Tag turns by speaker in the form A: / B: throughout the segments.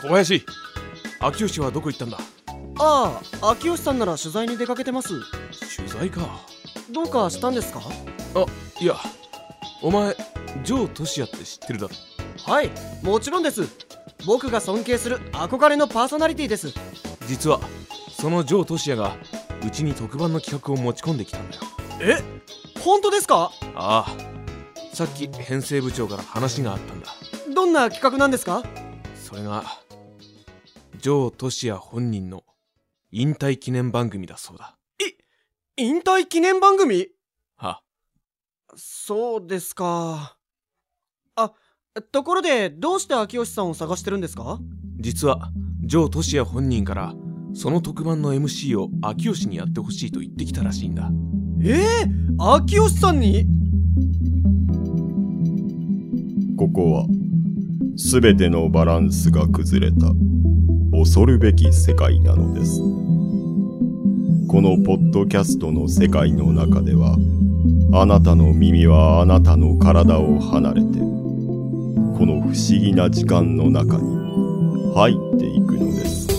A: 小林秋吉はどこ行ったんだ
B: ああ秋吉さんなら取材に出かけてます
A: 取材か
B: どうかしたんですか
A: いやお前ジョー・トシヤって知ってるだろ
B: はいもちろんです僕が尊敬する憧れのパーソナリティです
A: 実はそのジョー・トシヤがうちに特番の企画を持ち込んできたんだよ
B: え本当ですか
A: ああさっき編成部長から話があったんだ
B: どんな企画なんですか
A: それがジョー・トシヤ本人の引退記念番組だそうだ
B: 引退記念番組
A: は
B: そうですかあところでどうして秋吉さんを探してるんですか
A: 実はジョー・トシヤ本人からその特番の MC を秋吉にやってほしいと言ってきたらしいんだ
B: ええ秋吉さんに
C: ここは、すべてのバランスが崩れた、恐るべき世界なのです。このポッドキャストの世界の中では、あなたの耳はあなたの体を離れて、この不思議な時間の中に入っていくのです。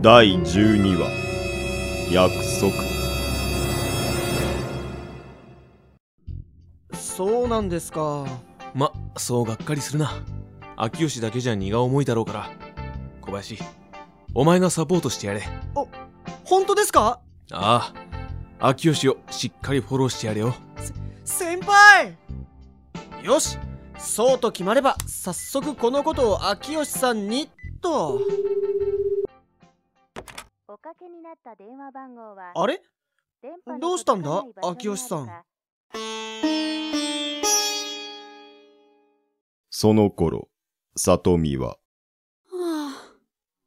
C: 第12話、約束。
B: そうなんですか
A: まそうがっかりするな秋吉だけじゃ荷が重いだろうから小林お前がサポートしてやれ
B: 本当ですか
A: ああ秋吉をしっかりフォローしてやれよ
B: 先輩よしそうと決まれば早速このことを秋吉さんにと
D: おかけになった電話番号は
B: あれ
D: 電波に
B: どうしたんだ
D: 届かない場所にある
B: 秋吉さん
D: か
C: その頃、里美は、
E: はあ、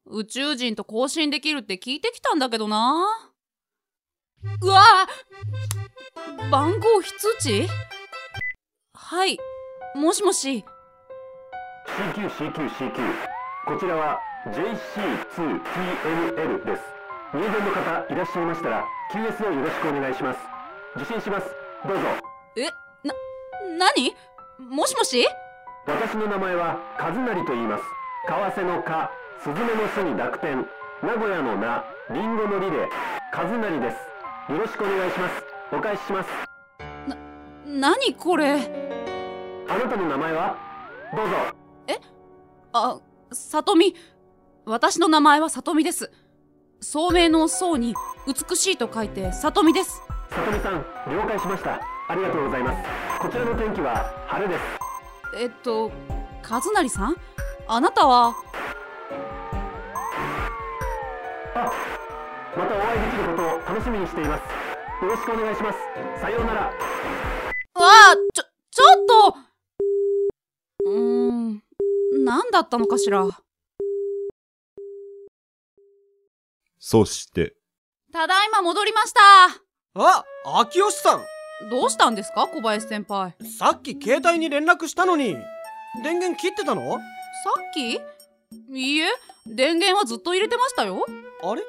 E: 宇宙人と交信できるって聞いてきたんだけどな。うわあ番号非通知はい、もしもし。
F: CQCQCQ こちらは JC2TNL です入電の方いらっしゃいましたら QS をよろしくお願いします受信しますどうぞ
E: 何もしもし
F: 私の名前はカズナリと言います為替の蚊スズメの巣に濁点名古屋の名リンゴのリレーカズナリですよろしくお願いしますお返しします
E: 何これ
F: あなたの名前はどうぞ
E: あ、さとみ。私の名前はさとみです。聡明の聡に美しいと書いてさとみです。
F: さとみさん了解しましたありがとうございますこちらの天気は晴れです
E: えっと、和成さんあなたは、
F: あまたお会いできることを楽しみにしていますよろしくお願いしますさようなら
E: わあちょ、ちょっとうーん、何だったのかしら。
C: そして、
E: ただいま戻りました。
B: あ秋吉さん
E: どうしたんですか小林先輩。
B: さっき携帯に連絡したのに電源切ってたの
E: さっきいいえ、電源はずっと入れてましたよ。
B: あれ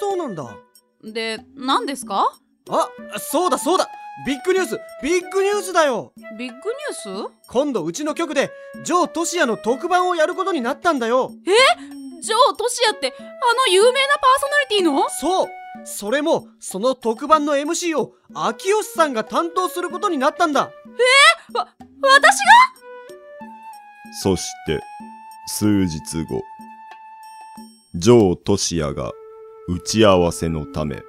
B: そうなんだ
E: で、何ですか
B: あそうだそうだビッグニュースビッグニュースだよ
E: ビッグニュース
B: 今度うちの局でジョー・トシヤの特番をやることになったんだよ
E: ジョー・トシヤってあの有名なパーソナリティの
B: そうそれもその特番の MC を秋吉さんが担当することになったんだ
E: 私が
C: そして、数日後、ジョー・トシヤが打ち合わせのため、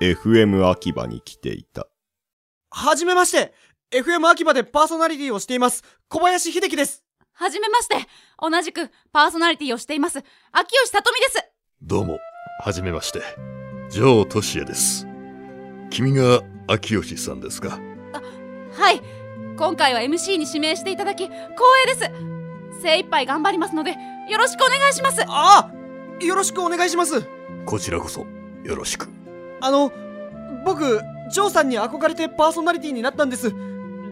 C: FM 秋葉に来ていた。
B: はじめまして FM 秋葉でパーソナリティをしています小林秀樹です
E: はじめまして同じくパーソナリティをしています秋吉さとみです
G: どうも、はじめまして。ジョー・トシエです。君が秋吉さんですか
E: はい今回は MC に指名していただき光栄です精一杯頑張りますのでよろしくお願いします
B: ああよろしくお願いします
G: こちらこそ、よろしく。
B: あの僕ジョーさんに憧れてパーソナリティになったんです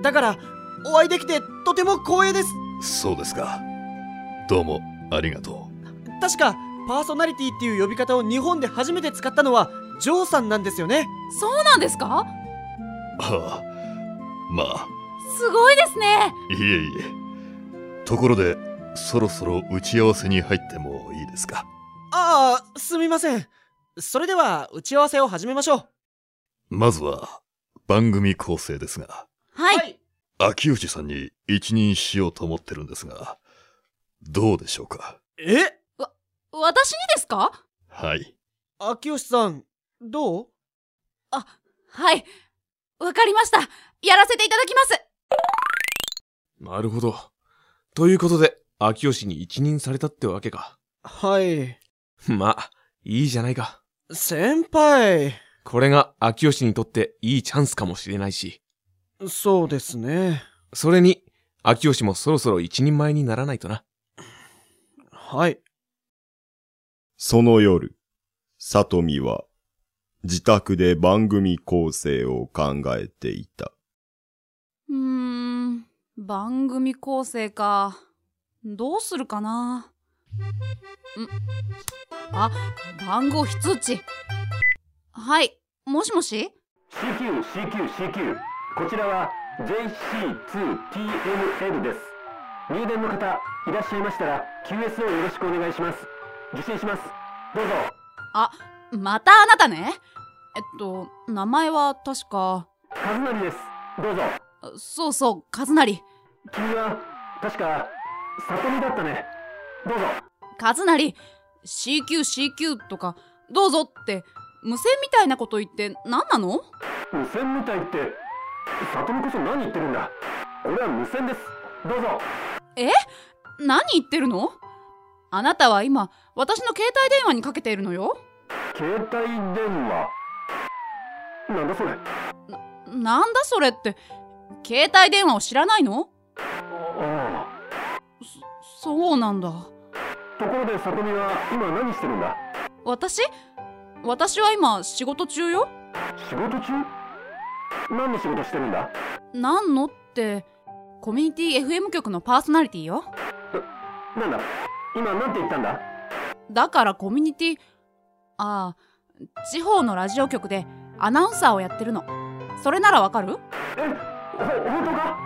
B: だからお会いできてとても光栄です
G: そうですか。どうも、ありがと
B: 確かパーソナリティっていう呼び方を日本で初めて使ったのはジョーさんなんですよね
E: そうなんですか
G: う。ああ、まあ、
E: すごいですね
G: いえいえ。ところで、そろそろ打ち合わせに入ってもいいですか
B: ああすみませんそれでは打ち合わせを始めましょう
G: まずは、番組構成ですが、
E: はい、
B: はい
G: 秋吉さんに一任しようと思ってるんですが、どうでしょうか
B: え
E: 私にですか
G: はい。
B: 秋吉さんどう
E: はいわかりましたやらせていただきます
A: なるほど。ということで、秋吉に一任されたってわけか。
B: はい
A: まあ、いいじゃないか。
B: 先輩
A: これが秋吉にとっていいチャンスかもしれないし、
B: そうですね
A: それに、秋吉もそろそろ一人前にならないとな。
B: はい
C: その夜、さとみは自宅で番組構成を考えていた。
E: うーん番組構成かどうするかなんあ番号非通知はいもしもし
F: CQCQCQ こちらは JC2TML です入電の方いらっしゃいましたら QS をよろしくお願いします受信しますどうぞ
E: あまたあなたねえっと名前は確か
F: カズナリですどうぞ
E: そうそう和成
F: 君は確か里見だったねどうぞ
E: 和成 CQCQ とかどうぞって無線みたいなこと言って何なの
F: 無線みたいって里見こそ何言ってるんだ俺は無線ですどうぞ
E: 何言ってるのあなたは今私の携帯電話にかけているのよ
F: 携帯電話なんだそれ
E: なんだそれって携帯電話を知らないの
F: あ
E: そうなんだ
F: あところで里見は今何してるんだ
E: 私私は今仕事中よ
F: 仕事中何の仕事してるんだ
E: 何のってコミュニティ FM 局のパーソナリティよ
F: なんだ今なんて言ったんだ
E: だからコミュニティああ地方のラジオ局でアナウンサーをやってるのそれならわかる
F: えほ本当か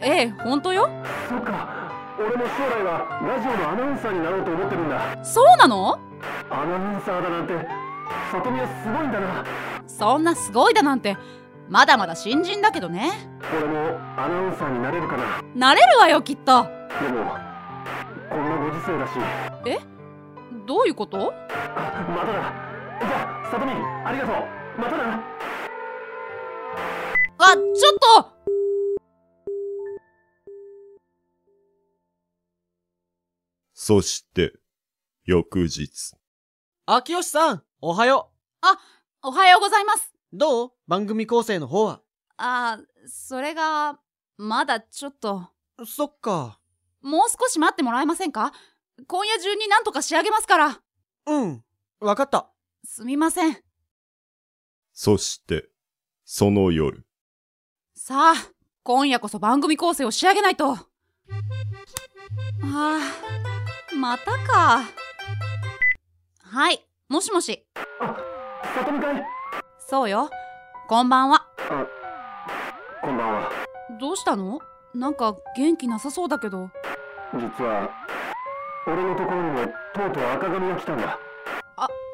E: ええ本当よ
F: そっか俺も将来はラジオのアナウンサーになろうと思ってるんだ
E: そうなの
F: アナウンサーだなんて里見はすごいんだな
E: そんなすごいだなんてまだまだ新人だけどね
F: 俺もアナウンサーになれるかな
E: なれるわよきっと
F: でもこんなご時世だし
E: どういうこと
F: あまただじゃあ里見ありがとうまたな
E: あ、ちょっと
C: そして、翌日。
B: 秋吉さんおはよ
E: おはようございます。
B: うどう番組構成の方は
E: あー、それが、まだちょっと、
B: そっか
E: もう少し待ってもらえませんか今夜中になんとか仕上げますから。
B: うんわかった
E: すみません。
C: そして、その夜、
E: さあ、今夜こそ番組構成を仕上げないと。ああ、またか。はい、もしもし。
F: あ里見かい
E: そうよ。こんばんは。どうしたのなんか元気なさそうだけど
F: 実は俺のところにもとうとう赤髪が来たんだ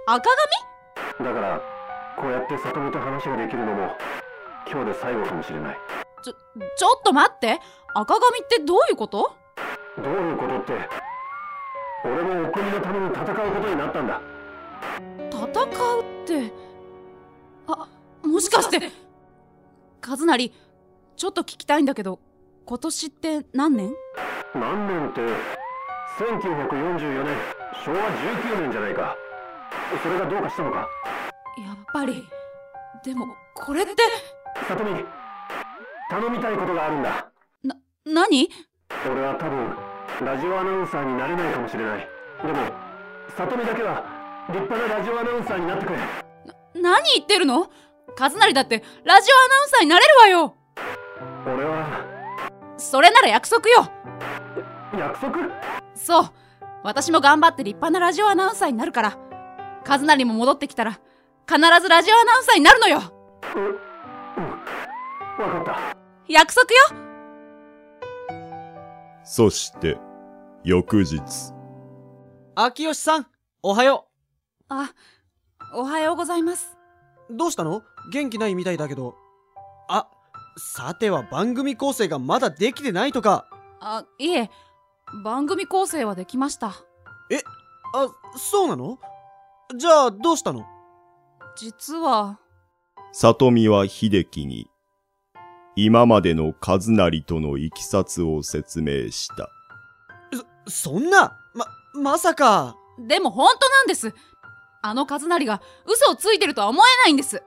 E: 赤
F: だからこうやって里美と話ができるのも今日で最後かもしれない
E: 髪ちょちょっと待って赤髪ってどういうこと
F: どういうことって俺もお国のために戦うことになったんだ
E: 戦うってあもしかしてカズナリちょっと聞きたいんだけど今年って何年
F: 何年って1944年昭和19年じゃないかそれがどうかしたのか
E: やっぱりでもこれって
F: 里美頼みたいことがあるんだ
E: 何
F: 俺は多分ラジオアナウンサーになれないかもしれないでも里美だけは立派なラジオアナウンサーになってくれ
E: 何言ってるのカズナリだってラジオアナウンサーになれるわよ
F: 俺は
E: それなら約束よ
F: 約束
E: そう私も頑張って立派なラジオアナウンサーになるからカズナリも戻ってきたら必ずラジオアナウンサーになるのよ
F: 分かっ
E: 約束よ
C: そして、翌日、
B: 秋吉さん、おはよ
E: あおはようございます
B: う。どうしたの元気ないみたいだけど。あ、さては番組構成がまだできてないとか。
E: あいえ番組構成はできました
B: あ、そうなのじゃあ、どうしたの
E: 実は
C: 里美は秀樹に、今までの和成とのいきさつを説明した。
B: そんな、ま、まさか。
E: でも本当なんですあのカズナリが嘘をついてるとは思えないんです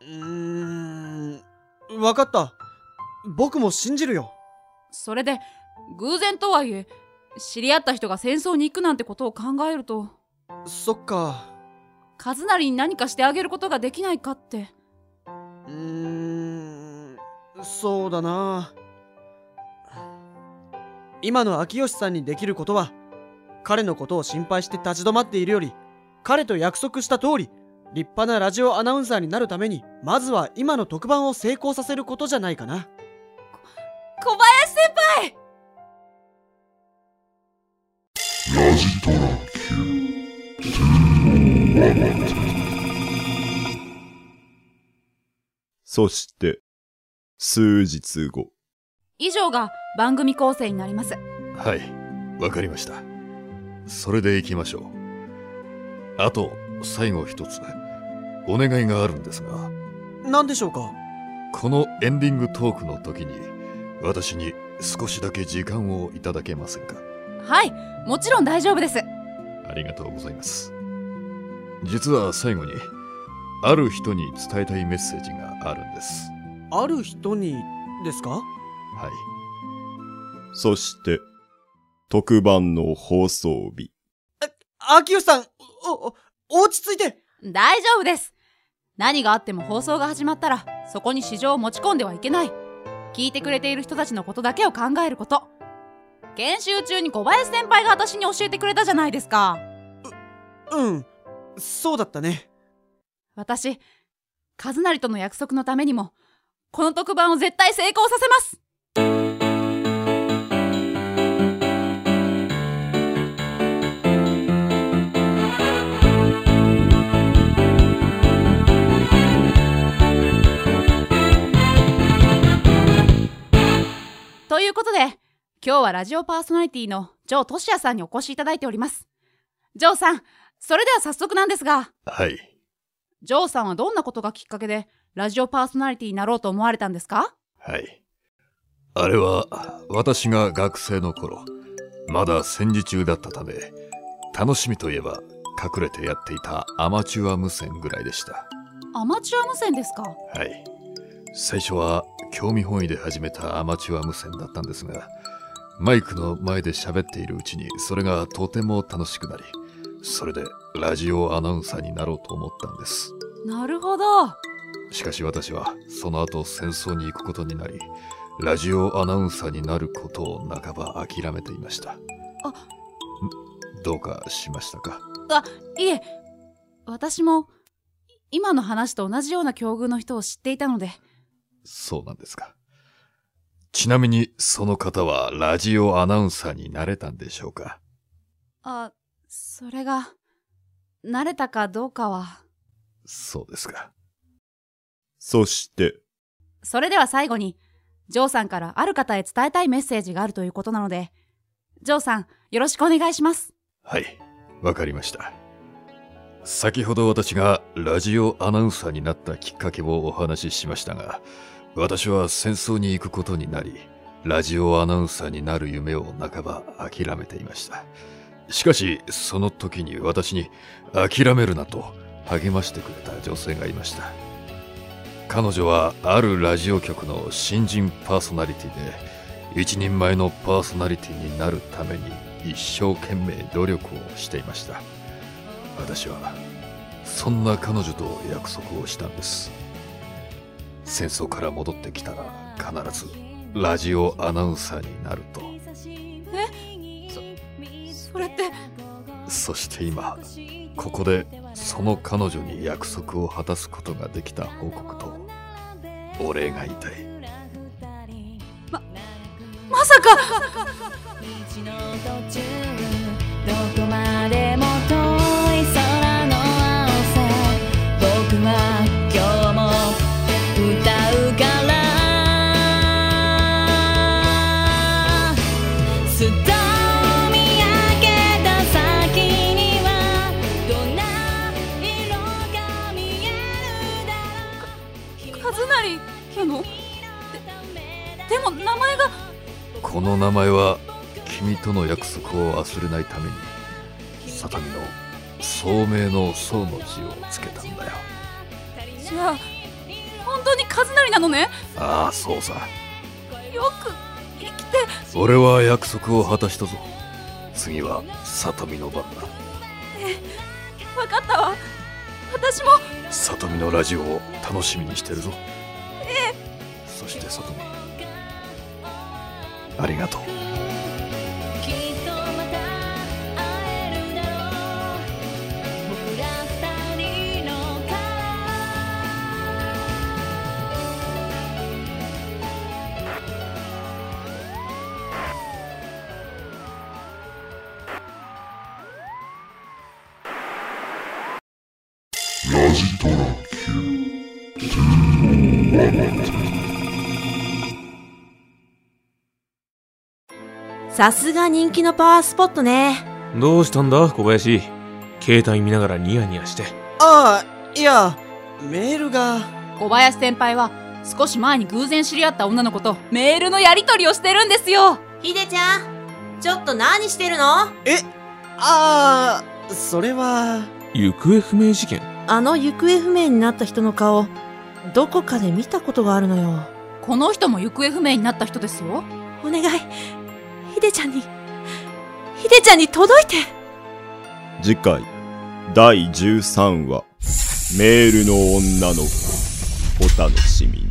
B: うーん、わかった。僕も信じるよ。
E: それで偶然とはいえ知り合った人が戦争に行くなんてことを考えると
B: そっか。
E: カズナリに何かしてあげることができないかって
B: うーん、そうだな。今の秋吉さんにできることは、彼のことを心配して立ち止まっているより、彼と約束した通り、立派なラジオアナウンサーになるために、まずは今の特番を成功させることじゃないかな。
E: 小林先輩
C: そして、数日後、
E: 以上が番組構成になります
G: はい、わかりました。それで行きましょう。あと、最後一つ、お願いがあるんですが、
B: なんでしょうか
G: このエンディングトークの時に、私に少しだけ時間をいただけませんか
E: はいもちろん大丈夫です
G: ありがとうございます。実は最後に、ある人に伝えたいメッセージがあるんです。
B: ある人に、ですか
G: はい。
C: そして、特番の放送日、
B: 秋吉さん、お、お落ち着いて
E: 大丈夫です何があっても放送が始まったらそこに市場を持ち込んではいけない聞いてくれている人たちのことだけを考えること研修中に小林先輩が私に教えてくれたじゃないですか
B: うん、そうだったね。
E: 私和成との約束のためにもこの特番を絶対成功させますということで今日はラジオパーソナリティのジョー・トシヤさんにお越しいただいておりますジョーさんそれでは早速なんですが
G: はい。
E: ジョーさんはどんなことがきっかけでラジオパーソナリティになろうと思われたんですか
G: はい。あれは、私が学生の頃、まだ戦時中だったため、楽しみといえば、隠れてやっていたアマチュア無線ぐらいでした。
E: アマチュア無線ですか
G: はい。最初は、興味本位で始めたアマチュア無線だったんですが、マイクの前で喋っているうちに、それがとても楽しくなり、それで、ラジオアナウンサーになろうと思ったんです。
E: なるほど
G: しかし私はその後戦争に行くことになり、ラジオアナウンサーになることを半ば諦めていました。あどうかしましたか
E: いえ私も今の話と同じような境遇の人を知っていたので
G: そうなんですか。ちなみに、その方はラジオアナウンサーになれたんでしょうか
E: あ、それが、慣れたかどうかは。
G: そうですか。
C: そして、
E: それでは最後に、ジョーさんからある方へ伝えたいメッセージがあるということなので、ジョーさん、よろしくお願いします。
G: はい、わかりました。先ほど私がラジオアナウンサーになったきっかけをお話ししましたが、私は戦争に行くことになり、ラジオアナウンサーになる夢を半ば諦めていました。しかし、その時に私に諦めるなと励ましてくれた女性がいました。彼女はあるラジオ局の新人パーソナリティで、一人前のパーソナリティになるために一生懸命努力をしていました私はそんな彼女と約束をしたんです戦争から戻ってきたら必ずラジオアナウンサーになると
E: えそ、それって、
G: そして今ここでその彼女に約束を果たすことができた報告とお礼が言いたい
E: まさか
H: 道の途中どこまでも遠い空の青さ僕は今日も歌うからスターを見上げた先にはどんな色が見えるだろう
E: カズナリなのでも名前が
G: この名前は君との約束を忘れないためにサタミの聡明の聡の字をつけたんだよ
E: じゃあ本当にカズナリなのね
G: ああそうさ
E: よく生きて
G: 俺は約束を果たしたぞ次はサタミの番
E: 分かったわ私も
G: だサタミのラジオを楽しみにしてるぞそしてサトミありがとう
H: 「きっとまた会えるだろう」「僕ら二人のから」
I: さすが人気のパワースポットね。
A: どうしたんだ小林携帯見ながらニヤニヤして
B: ああいやメールが
E: 小林先輩は少し前に偶然知り合った女の子とメールのやり取りをしてるんですよ
I: ひでちゃん、ちょっと何してるの
B: ああそれは
A: 行方不明事件
I: あの行方不明になった人の顔、どこかで見たことがあるのよ。
E: この人も行方不明になった人ですよ
I: お願い、ひでちゃんに、ひでちゃんに届いて
C: 次回、第13話、メールの女の子、お楽しみに。